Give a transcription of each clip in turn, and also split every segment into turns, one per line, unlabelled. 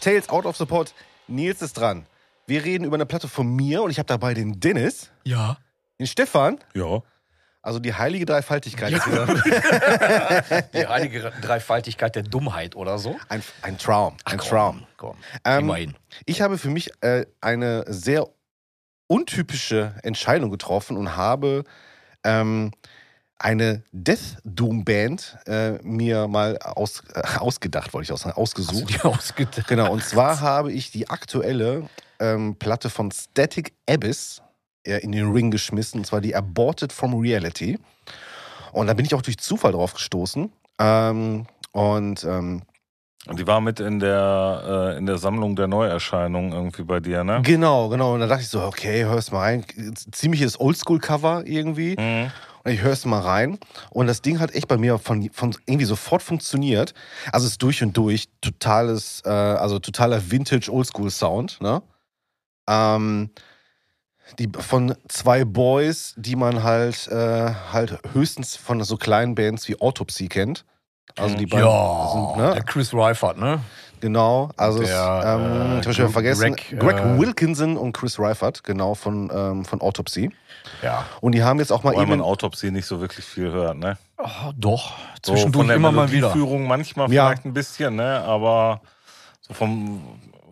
Tales out of the pot. Nils ist dran. Wir reden über eine Platte von mir und ich habe dabei den Dennis,
Ja.
den Stefan,
Ja.
also die heilige Dreifaltigkeit. ist wieder-
Die heilige Dreifaltigkeit der Dummheit oder so.
Ein, ein Traum, ein
komm,
Traum.
Komm.
Ähm,
Immerhin.
Ich habe für mich äh, eine sehr untypische Entscheidung getroffen und habe ähm, eine Death Doom Band äh, mir mal aus, äh, ausgedacht, wollte ich auch sagen,
Hast du
ausgesucht.
Also die ausgedacht?
Genau, und zwar habe ich die aktuelle ähm, Platte von Static Abyss äh, in den Ring geschmissen, und zwar die Aborted from Reality. Und da bin ich auch durch Zufall drauf gestoßen. Ähm, und ähm,
Und die war mit in der, äh, in der Sammlung der Neuerscheinungen irgendwie bei dir, ne?
Genau, genau. Und dann dachte ich so, okay, hör's mal rein. Ziemliches Oldschool-Cover irgendwie.
Mhm.
Und ich hör's mal rein. Und das Ding hat echt bei mir von, von irgendwie sofort funktioniert. Also es ist durch und durch totales, äh, also totaler Vintage-Oldschool-Sound, ne? Ähm, die von zwei Boys, die man halt, äh, halt höchstens von so kleinen Bands wie Autopsy kennt. Also die beiden sind, ne?
der Chris Reifert, ne?
Genau, also es,
Der,
ähm,
äh,
ich habe schon
Gre-
vergessen, Greg,
Greg, äh,
Wilkinson und Chris Reifert, genau, von, ähm, von Autopsy.
Ja.
Und die haben jetzt auch mal
Weil man
eben...
Autopsie nicht so wirklich viel hört, ne?
Oh, doch,
So
zwischendurch
von der
immer mal wieder.
Melodieführung manchmal
Ja.
vielleicht ein bisschen, ne? Aber so vom,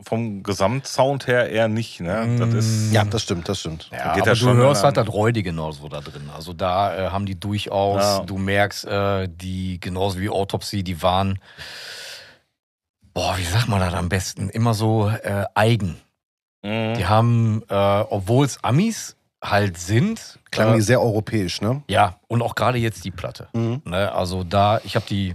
vom Gesamtsound her eher nicht, ne?
Mm.
Das ist.
Ja, das stimmt, das stimmt.
Ja,
Geht
aber
ja
du
schon
hörst
an-
halt das Räude genauso da drin. Also da äh, haben die durchaus,
Ja.
du merkst, äh, die genauso wie Autopsie, die waren, boah, wie sagt man das am besten, immer so äh, eigen.
Mhm.
Die haben, äh, obwohl es Amis halt sind,
Klang die
äh,
sehr europäisch, ne?
ja, und auch gerade jetzt die Platte.
Mhm.
Ne? Also da, ich habe die,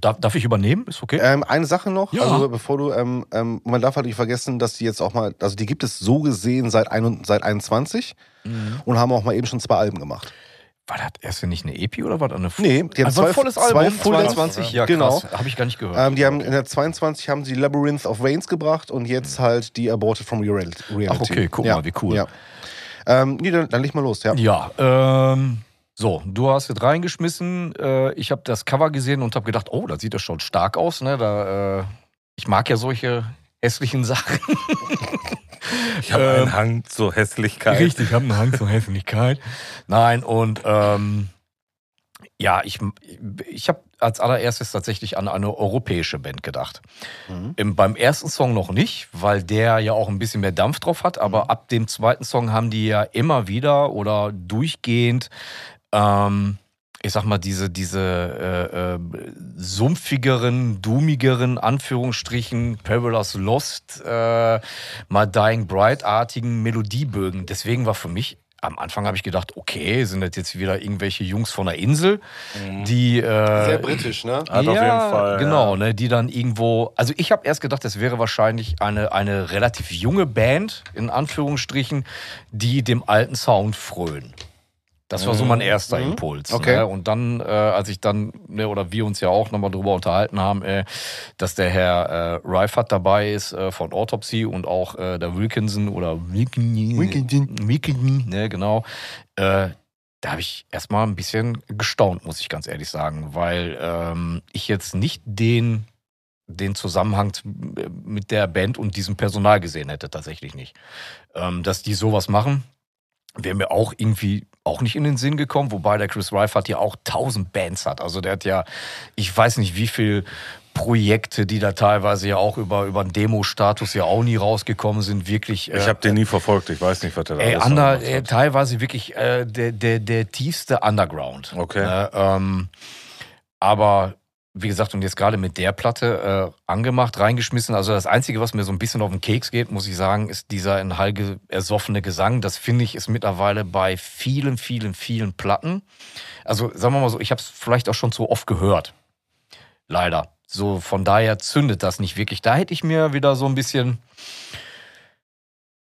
darf, darf ich übernehmen? Ist okay?
Ähm, eine Sache noch,
Ja.
also bevor du, ähm, ähm, man darf halt nicht vergessen, dass die jetzt auch mal, also die gibt es so gesehen seit, ein, seit 21
Mhm.
und haben auch mal eben schon zwei Alben gemacht.
War das erste nicht eine EP oder war das eine Full?
Nee, die haben
Also
zwei,
ein volles
zwei
Album,
Full
22, ja,
genau.
krass, habe ich gar nicht gehört.
Ähm, die haben in der 22 haben sie Labyrinth of Veins gebracht und jetzt halt die Aborted from Real- Reality.
Mhm. Ach, okay, guck
ja.
mal, wie cool.
Ja. Ähm, nee, dann, dann leg mal los, ja.
Ja, ähm, so, du hast es reingeschmissen. Äh, ich habe das Cover gesehen und habe gedacht, oh, da sieht das schon stark aus. Ne? Da, äh, ich mag ja solche hässlichen Sachen.
Ich habe einen Hang zur Hässlichkeit.
Ähm, Richtig, haben einen Hang zur Hässlichkeit. Nein, und ähm, ja, ich, ich habe als allererstes tatsächlich an eine europäische Band gedacht.
Mhm.
Im, beim ersten Song noch nicht, weil der ja auch ein bisschen mehr Dampf drauf hat, aber ab dem zweiten Song haben die ja immer wieder oder durchgehend, ähm, ich sag mal, diese, diese äh, äh, sumpfigeren, doomigeren, Anführungsstrichen, Perilous Lost, äh, mal Dying Bright-artigen Melodiebögen. Deswegen war für mich. Am Anfang habe ich gedacht, okay, sind das jetzt wieder irgendwelche Jungs von der Insel, die äh,
britisch, ne?
Hat auf jeden Fall.
Genau, ne, die dann irgendwo. Also ich habe erst gedacht, das wäre wahrscheinlich eine, eine relativ junge Band, in Anführungsstrichen, die dem alten Sound frönen. Das war so mein erster
Mhm.
Impuls.
Okay.
Ne? Und dann, äh, als ich dann, ne, oder wir uns ja auch nochmal drüber unterhalten haben, äh, dass der Herr äh, Reifert dabei ist äh, von Autopsy und auch äh, der Wilkinson oder Wilkinson,
Wilkinson.
Wilkinson ne, genau. Äh, da habe ich erstmal ein bisschen gestaunt, muss ich ganz ehrlich sagen, weil ähm, ich jetzt nicht den, den Zusammenhang z- mit der Band und diesem Personal gesehen hätte, tatsächlich nicht. Ähm, dass die sowas machen, wäre mir auch irgendwie auch nicht in den Sinn gekommen, wobei der Chris Reifert ja auch tausend Bands hat. Also der hat ja, ich weiß nicht, wie viel Projekte, die da teilweise ja auch über, über einen Demo-Status ja auch nie rausgekommen sind, wirklich.
Ich
äh,
habe den nie verfolgt. Ich weiß nicht, was der da
Ey,
alles
under,
gemacht
äh,
hat.
teilweise wirklich äh, der, der, der tiefste Underground.
Okay.
Ne, ähm, aber wie gesagt, und jetzt gerade mit der Platte äh, angemacht, reingeschmissen. Also das Einzige, was mir so ein bisschen auf den Keks geht, muss ich sagen, ist dieser in Hall ge- ersoffene Gesang. Das finde ich ist mittlerweile bei vielen, vielen, vielen Platten. Also sagen wir mal so, ich habe es vielleicht auch schon zu oft gehört. Leider. So, von daher zündet das nicht wirklich. Da hätte ich mir wieder so ein bisschen,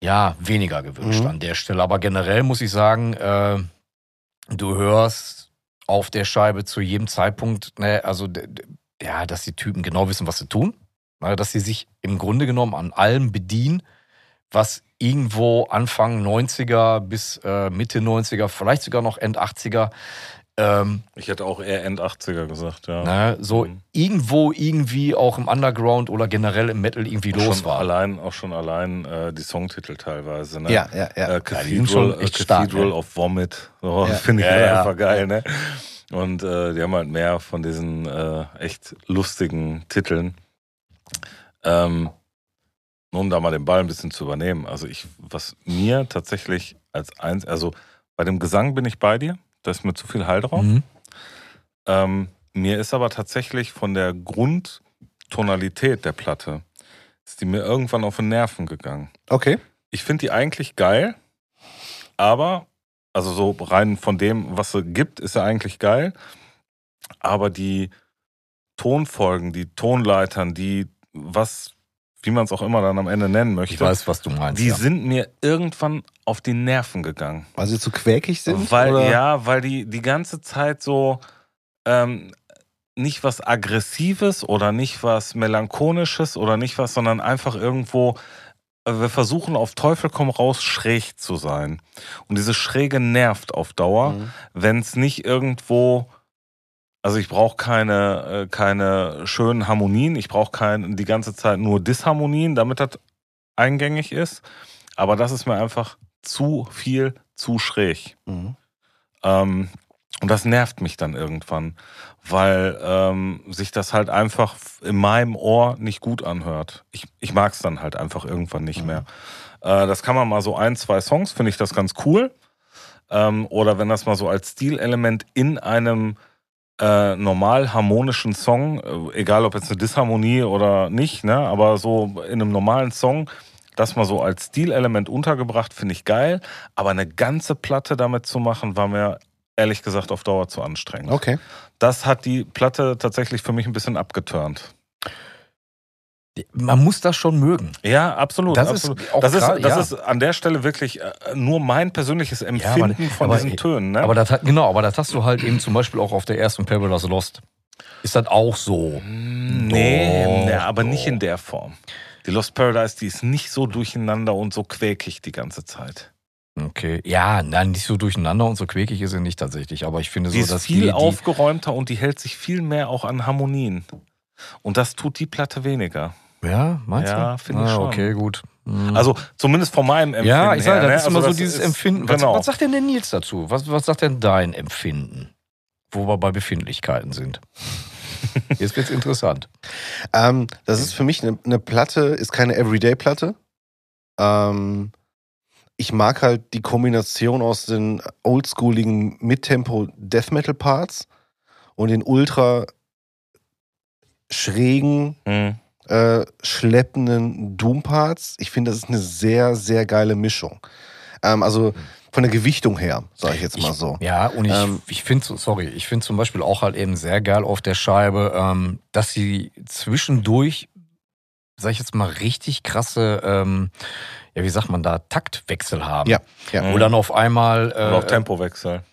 ja, weniger gewünscht
Mhm.
an der Stelle. Aber generell muss ich sagen, äh, du hörst auf der Scheibe zu jedem Zeitpunkt, ne, also, d- d- ja, dass die Typen genau wissen, was sie tun. Ne, dass sie sich im Grunde genommen an allem bedienen, was irgendwo Anfang 90er bis äh, Mitte 90er, vielleicht sogar noch End 80er Ähm,
Ich hätte auch eher End 80er gesagt, ja.
ne, so
Mhm.
irgendwo irgendwie auch im Underground oder generell im Metal irgendwie
Auch
los
schon
war.
Allein, auch schon allein äh, die Songtitel teilweise. Ne?
Ja, ja, ja.
Äh,
Ja, die sind schon
Cathedral,
echt
äh,
stark,
Cathedral
ja.
of Vomit. So,
Ja.
Finde ich
Ja,
halt
ja.
einfach geil, ne? Und äh, die haben halt mehr von diesen äh, echt lustigen Titeln. Ähm, nur um da mal den Ball ein bisschen zu übernehmen. Also ich, was mir tatsächlich als eins, also bei dem Gesang bin ich bei dir. Da ist mir zu viel Hall drauf.
Mhm.
Ähm, mir ist aber tatsächlich von der Grundtonalität der Platte, ist die mir irgendwann auf den Nerven gegangen.
Okay.
Ich finde die eigentlich geil, aber, also so rein von dem, was sie gibt, ist sie eigentlich geil. Aber die Tonfolgen, die Tonleitern, die, was, wie man es auch immer dann am Ende nennen
Ich
möchte,
weiß, was du meinst.
die
ja.
sind mir irgendwann auf die Nerven gegangen.
Weil sie zu quäkig sind?
Weil,
oder?
ja, weil die die ganze Zeit so ähm, nicht was Aggressives oder nicht was Melancholisches oder nicht was, sondern einfach irgendwo, äh, wir versuchen auf Teufel komm raus schräg zu sein. Und diese Schräge nervt auf Dauer
Mhm.
wenn es nicht irgendwo, also ich brauche keine, äh, keine schönen Harmonien, ich brauche kein die ganze Zeit nur Disharmonien, damit das eingängig ist. Aber das ist mir einfach zu viel, zu schräg.
Mhm.
Ähm, und das nervt mich dann irgendwann, weil ähm, sich das halt einfach f- in meinem Ohr nicht gut anhört. Ich, ich mag es dann halt einfach irgendwann nicht mehr. Äh, das kann man mal so ein, zwei Songs, finde ich das ganz cool. Ähm, oder wenn das mal so als Stilelement in einem äh, normal harmonischen Song, äh, egal ob jetzt eine Disharmonie oder nicht, ne, aber so in einem normalen Song, das mal so als Stilelement untergebracht, finde ich geil. Aber eine ganze Platte damit zu machen, war mir ehrlich gesagt auf Dauer zu anstrengend.
Okay.
Das hat die Platte tatsächlich für mich ein bisschen abgeturnt.
Man muss das schon mögen.
Ja, absolut.
Das ist
absolut.
auch
das ist,
gerade-
das
ja.
ist an der Stelle wirklich äh, nur mein persönliches
aber-
Empfinden von
aber-
diesen Tönen. Ne?
Aber das hat, genau, aber das hast du halt eben zum Beispiel auch auf der ersten Paradise Lost. Ist das auch so? Doch,
Nee, Mm, nee, aber
doch.
nicht in der Form. Die Lost Paradise, die ist nicht so durcheinander und so quäkig die ganze Zeit.
Okay. Ja, nein, nicht so durcheinander und so quäkig ist sie nicht tatsächlich. Aber ich finde
Die
so,
ist
dass
viel
Also die, die
aufgeräumter und die hält sich viel mehr auch an Harmonien. Und das tut die Platte weniger.
Ja, meinst du?
Ja, finde ich
Ah,
schon.
Okay, gut. Hm.
Also zumindest von meinem Empfinden.
ja, ich sage,
her,
das
ne?
ist immer
Also
so
das
dieses
ist-
Empfinden. Was,
Genau.
was sagt denn der Nils dazu? Was, was sagt denn dein Empfinden? Wo wir bei Befindlichkeiten sind. Jetzt wird's interessant.
Ähm, das ist für mich eine, eine Platte, ist keine Everyday-Platte. Ähm, ich mag halt die Kombination aus den oldschooligen Midtempo Death Metal Parts und den ultra schrägen,
Hm.
äh, schleppenden Doom Parts. Ich finde, das ist eine sehr, sehr geile Mischung. Ähm, also von der Gewichtung her, sage ich jetzt mal so.
Ja, und ich,
Ähm.
ich finde, sorry, ich finde zum Beispiel auch halt eben sehr geil auf der Scheibe, ähm, dass sie zwischendurch, sag ich jetzt mal, richtig krasse, ähm, ja, wie sagt man da, Taktwechsel haben.
Ja, ja.
Wo dann auf einmal äh,
Oder Mhm. auch Tempowechsel.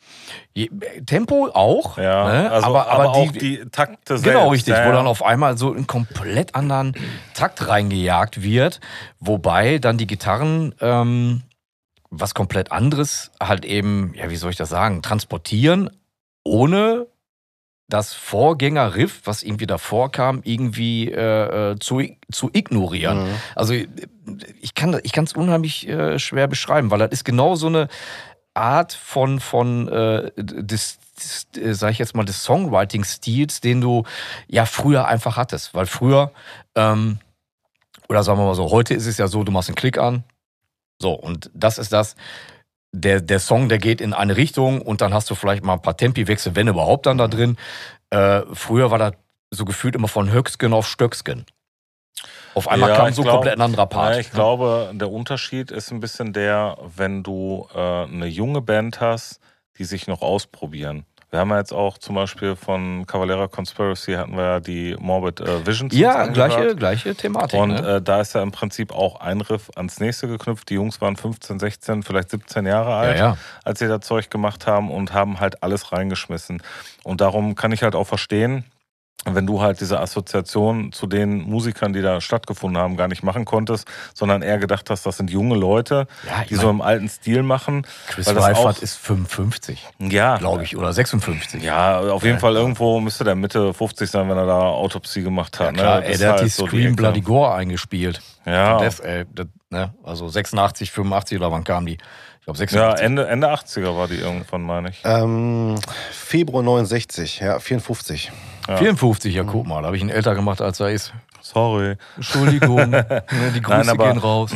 je- Tempo auch,
Ja,
ne?
also,
aber, aber,
auch
die
die Takte selbst.
Genau, richtig,
ja,
wo dann auf einmal so in komplett anderen Takt reingejagt wird, wobei dann die Gitarren ähm, was komplett anderes halt eben, ja, wie soll ich das sagen, transportieren, ohne das Vorgängerriff, was irgendwie davor kam, irgendwie äh, äh, zu, zu ignorieren.
Mhm.
Also ich kann ich kann es unheimlich äh, schwer beschreiben, weil das ist genau so eine Art von von äh, des, des äh, sag ich jetzt mal des Songwriting-Stils, den du ja früher einfach hattest, weil früher ähm, oder sagen wir mal so, heute ist es ja so, du machst einen Klick an, so und das ist das. Der, der Song, der geht in eine Richtung und dann hast du vielleicht mal ein paar Tempiwechsel, wenn überhaupt dann da drin. Äh, früher war das so gefühlt immer von Höcksken auf Stöcksken. Auf einmal
Ja,
kam
ich
so
glaub-
komplett ein anderer Part. ne?
Ja, ich glaube, der Unterschied ist ein bisschen der, wenn du äh, eine junge Band hast, die sich noch ausprobieren. Wir haben ja jetzt auch zum Beispiel von Cavalera Conspiracy hatten wir ja die Morbid äh, Visions.
ne? Ja,
angehört.
gleiche, gleiche Thematik.
Und
ne?
äh, da ist ja im Prinzip auch ein Riff ans nächste geknüpft. Die Jungs waren 15, 16, vielleicht 17 Jahre alt,
ja, ja.
als sie das Zeug gemacht haben und haben halt alles reingeschmissen. Und darum kann ich halt auch verstehen, wenn du halt diese Assoziation zu den Musikern, die da stattgefunden haben, gar nicht machen konntest, sondern eher gedacht hast, das sind junge Leute,
Ja, ich
die so im alten Stil machen.
Chris
weil das
Reifert
auch-
ist 55,
Ja,
glaube ich, oder 56.
Ja, auf jeden Fall irgendwo müsste der Mitte 50 sein, wenn er da Autopsie gemacht hat.
Ja, klar,
ne?
ey,
Das
der
ist
hat die
halt so
Scream
Ecke.
Bloody Gore eingespielt.
Ja,
Das, ey, das, ne? Also 86, 85 oder wann kam die? Ich glaube
ja
86.
Ende, Ende 80er war die irgendwann, meine ich.
Ähm, Februar 69, ja, 54.
ja.
54, ja, guck mal, da habe ich ihn älter gemacht, als er ist.
Sorry.
Entschuldigung, ne, die Grüße
aber- halt
gehen raus.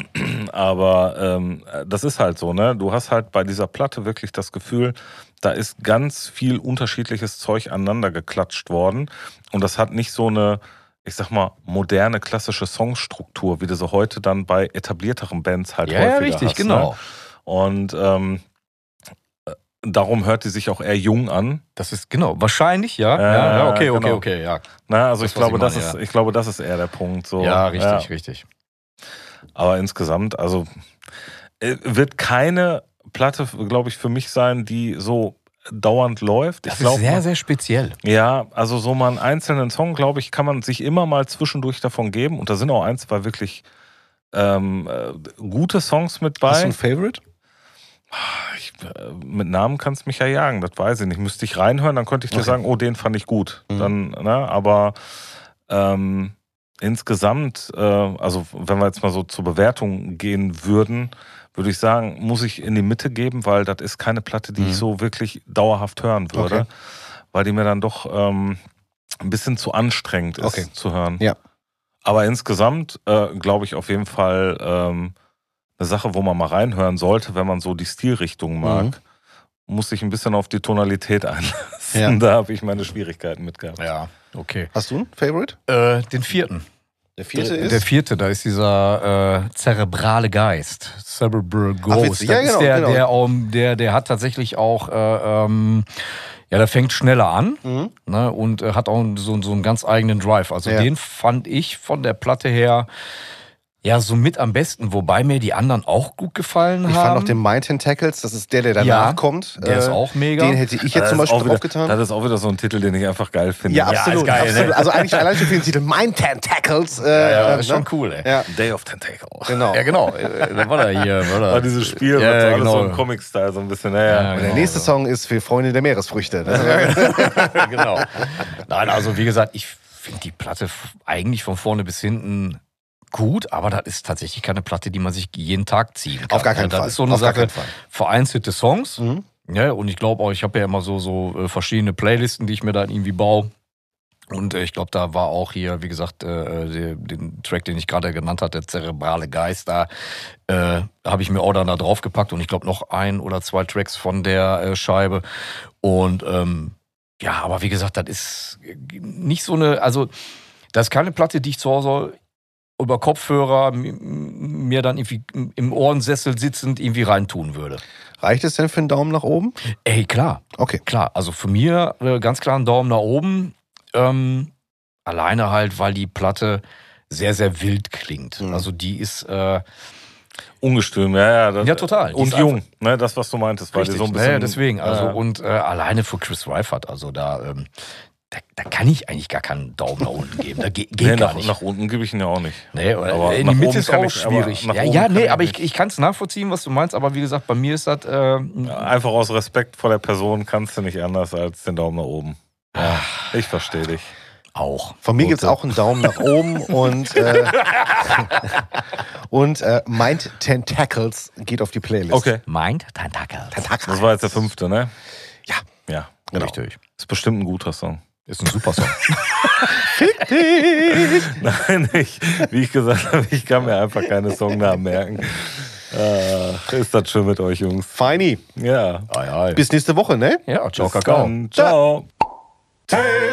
Aber ähm, das ist halt so, ne? Du hast halt bei dieser Platte wirklich das Gefühl, da ist ganz viel unterschiedliches Zeug aneinander geklatscht worden. Und das hat nicht so eine, ich sag mal, moderne klassische Songstruktur, wie du sie heute dann bei etablierteren Bands halt
Ja, ja,
häufiger
richtig,
hast, Ne?
genau.
Und ähm, äh, darum hört die sich auch eher jung an.
Das ist genau, wahrscheinlich, ja.
Ja,
Ja, ja,
ja,
okay, okay,
genau.
okay, ja.
Na, also
Das,
ich
was ich
glaube, das
meine,
ist,
ja.
ich glaube, das ist eher der Punkt. So.
ja, richtig, richtig.
Aber insgesamt, also äh, wird keine Platte, glaube ich, für mich sein, die so dauernd läuft.
Das
ich glaub,
ist sehr, sehr speziell.
ja, also so mal einen einzelnen Song, glaube ich, kann man sich immer mal zwischendurch davon geben. Und da sind auch ein, zwei wirklich ähm, äh, gute Songs mit
Hast du
bei.
ein Favorite?
Ich, äh, mit Namen kannst mich ja jagen, das weiß ich nicht. Müsste ich reinhören, dann könnte ich dir
Okay.
sagen, oh, den fand ich gut.
Mhm.
Dann, ne, aber ähm, insgesamt, äh, also wenn wir jetzt mal so zur Bewertung gehen würden, würde ich sagen, muss ich in die Mitte geben, weil das ist keine Platte, die
Mhm.
ich so wirklich dauerhaft hören würde,
Okay.
weil die mir dann doch ähm, ein bisschen zu anstrengend ist
Okay.
zu hören.
Ja.
Aber insgesamt äh, glaube ich auf jeden Fall ähm, eine Sache, wo man mal reinhören sollte, wenn man so die Stilrichtung mag. Muss ich ein bisschen auf die Tonalität einlassen.
Ja.
Da habe ich meine Schwierigkeiten mit gehabt.
Ja, okay.
Hast du ein Favorite?
Äh, den vierten.
Der vierte
Der- Der vierte, da ist dieser äh, zerebrale Geist, Cerebral Ghost.
witzig. Ja,
Das ist
genau,
der,
genau.
Der, um, der, der hat tatsächlich auch, äh, ähm, ja, der fängt schneller an
Mhm.
ne, und äh, hat auch so, so einen ganz eigenen Drive. Also
Ja.
den fand ich von der Platte her ja so mit am besten, wobei mir die anderen auch gut gefallen
Ich
haben.
fand auch den Mindhand Tackles, das ist der, der danach
Ähm. Ja,
kommt. Äh,
der ist auch mega.
Den hätte ich jetzt
Das
zum
ist auch
Beispiel
wieder,
draufgetan.
Das ist auch wieder so ein Titel, den ich einfach geil finde.
Ja,
ist
absolut.
geil, ne?
absolut. Also eigentlich allein schon für den Titel Mindhand Tackles. äh,
ja,
äh,
ist
ne?
schon cool, ey.
Ja.
Day of Tentacle.
Genau.
Ja, genau. Äh, Da war er hier. War, da.
War dieses Spiel,
Ja,
was so
genau.
alles so im Comic-Style so ein bisschen. Ja, ja.
Ja,
Und der nächste Song ist für Freunde der Meeresfrüchte. Das
genau. Nein, also wie gesagt, ich finde die Platte f- eigentlich von vorne bis hinten gut, aber das ist tatsächlich keine Platte, die man sich jeden Tag ziehen kann.
Auf gar keinen
das
Fall.
ist so eine
Auf gar
Sache,
keinen Fall.
vereinzelte Songs.
Mhm.
Ja, und ich glaube auch, ich habe ja immer so, so äh, verschiedene Playlisten, die ich mir dann irgendwie baue. Und äh, ich glaube, da war auch hier, wie gesagt, äh, der- den Track, den ich gerade genannt hatte, Zerebrale Geist, da äh, habe ich mir auch dann da draufgepackt und ich glaube noch ein oder zwei Tracks von der äh, Scheibe. Und ähm, ja, aber wie gesagt, das ist äh, nicht so eine, also das ist keine Platte, die ich zu Hause über Kopfhörer m- m- mir dann irgendwie im Ohrensessel sitzend irgendwie reintun würde.
Reicht es denn für einen Daumen nach oben?
Ey, klar,
Okay.
klar. Also für mir äh, ganz klar einen Daumen nach oben. Ähm, alleine halt, weil die Platte sehr, sehr wild klingt.
Mhm.
Also die ist, äh,
Ungestüm, ja, ja. das-
Ja, total. Die
Und
ist
jung, ne, das, was du meintest, weil die so ein bisschen.
ne, deswegen. Also
Ja.
und äh, alleine für Chris Reifert, also da, ähm, da, da kann ich eigentlich gar keinen Daumen nach unten geben. Da ge geht
nee,
gar
nach,
nicht.
nach unten gebe ich ihn ja auch nicht.
Nee, oder
Aber
in
nach
die
oben
Mitte ist
kann
auch
ich- aber
schwierig.
nach
Ja,
oben
ja,
kann
nee,
ich
aber ich,
nicht.
ich kann es nachvollziehen, was du meinst, aber wie gesagt, bei mir ist das äh,
Einfach aus Respekt vor der Person kannst du nicht anders als den Daumen nach oben. Ja, ich verstehe dich.
auch.
Von mir gibt es auch einen Daumen nach oben und, äh, und äh, Mind Tentacles geht auf die Playlist.
Okay.
Mind Tentakel.
Das war jetzt der fünfte, ne?
Ja.
Ja.
Genau.
Richtig.
Ist bestimmt ein guter Song.
Ist ein super Song.
Nein, ich, wie ich gesagt habe, ich kann mir einfach keine Songnamen merken. Ach, ist das schön mit euch, Jungs.
Feini.
Ja.
ei, ei.
Bis nächste Woche, ne?
Ja, ciao,
Bis
Kakao.
dann. Ciao. Hey!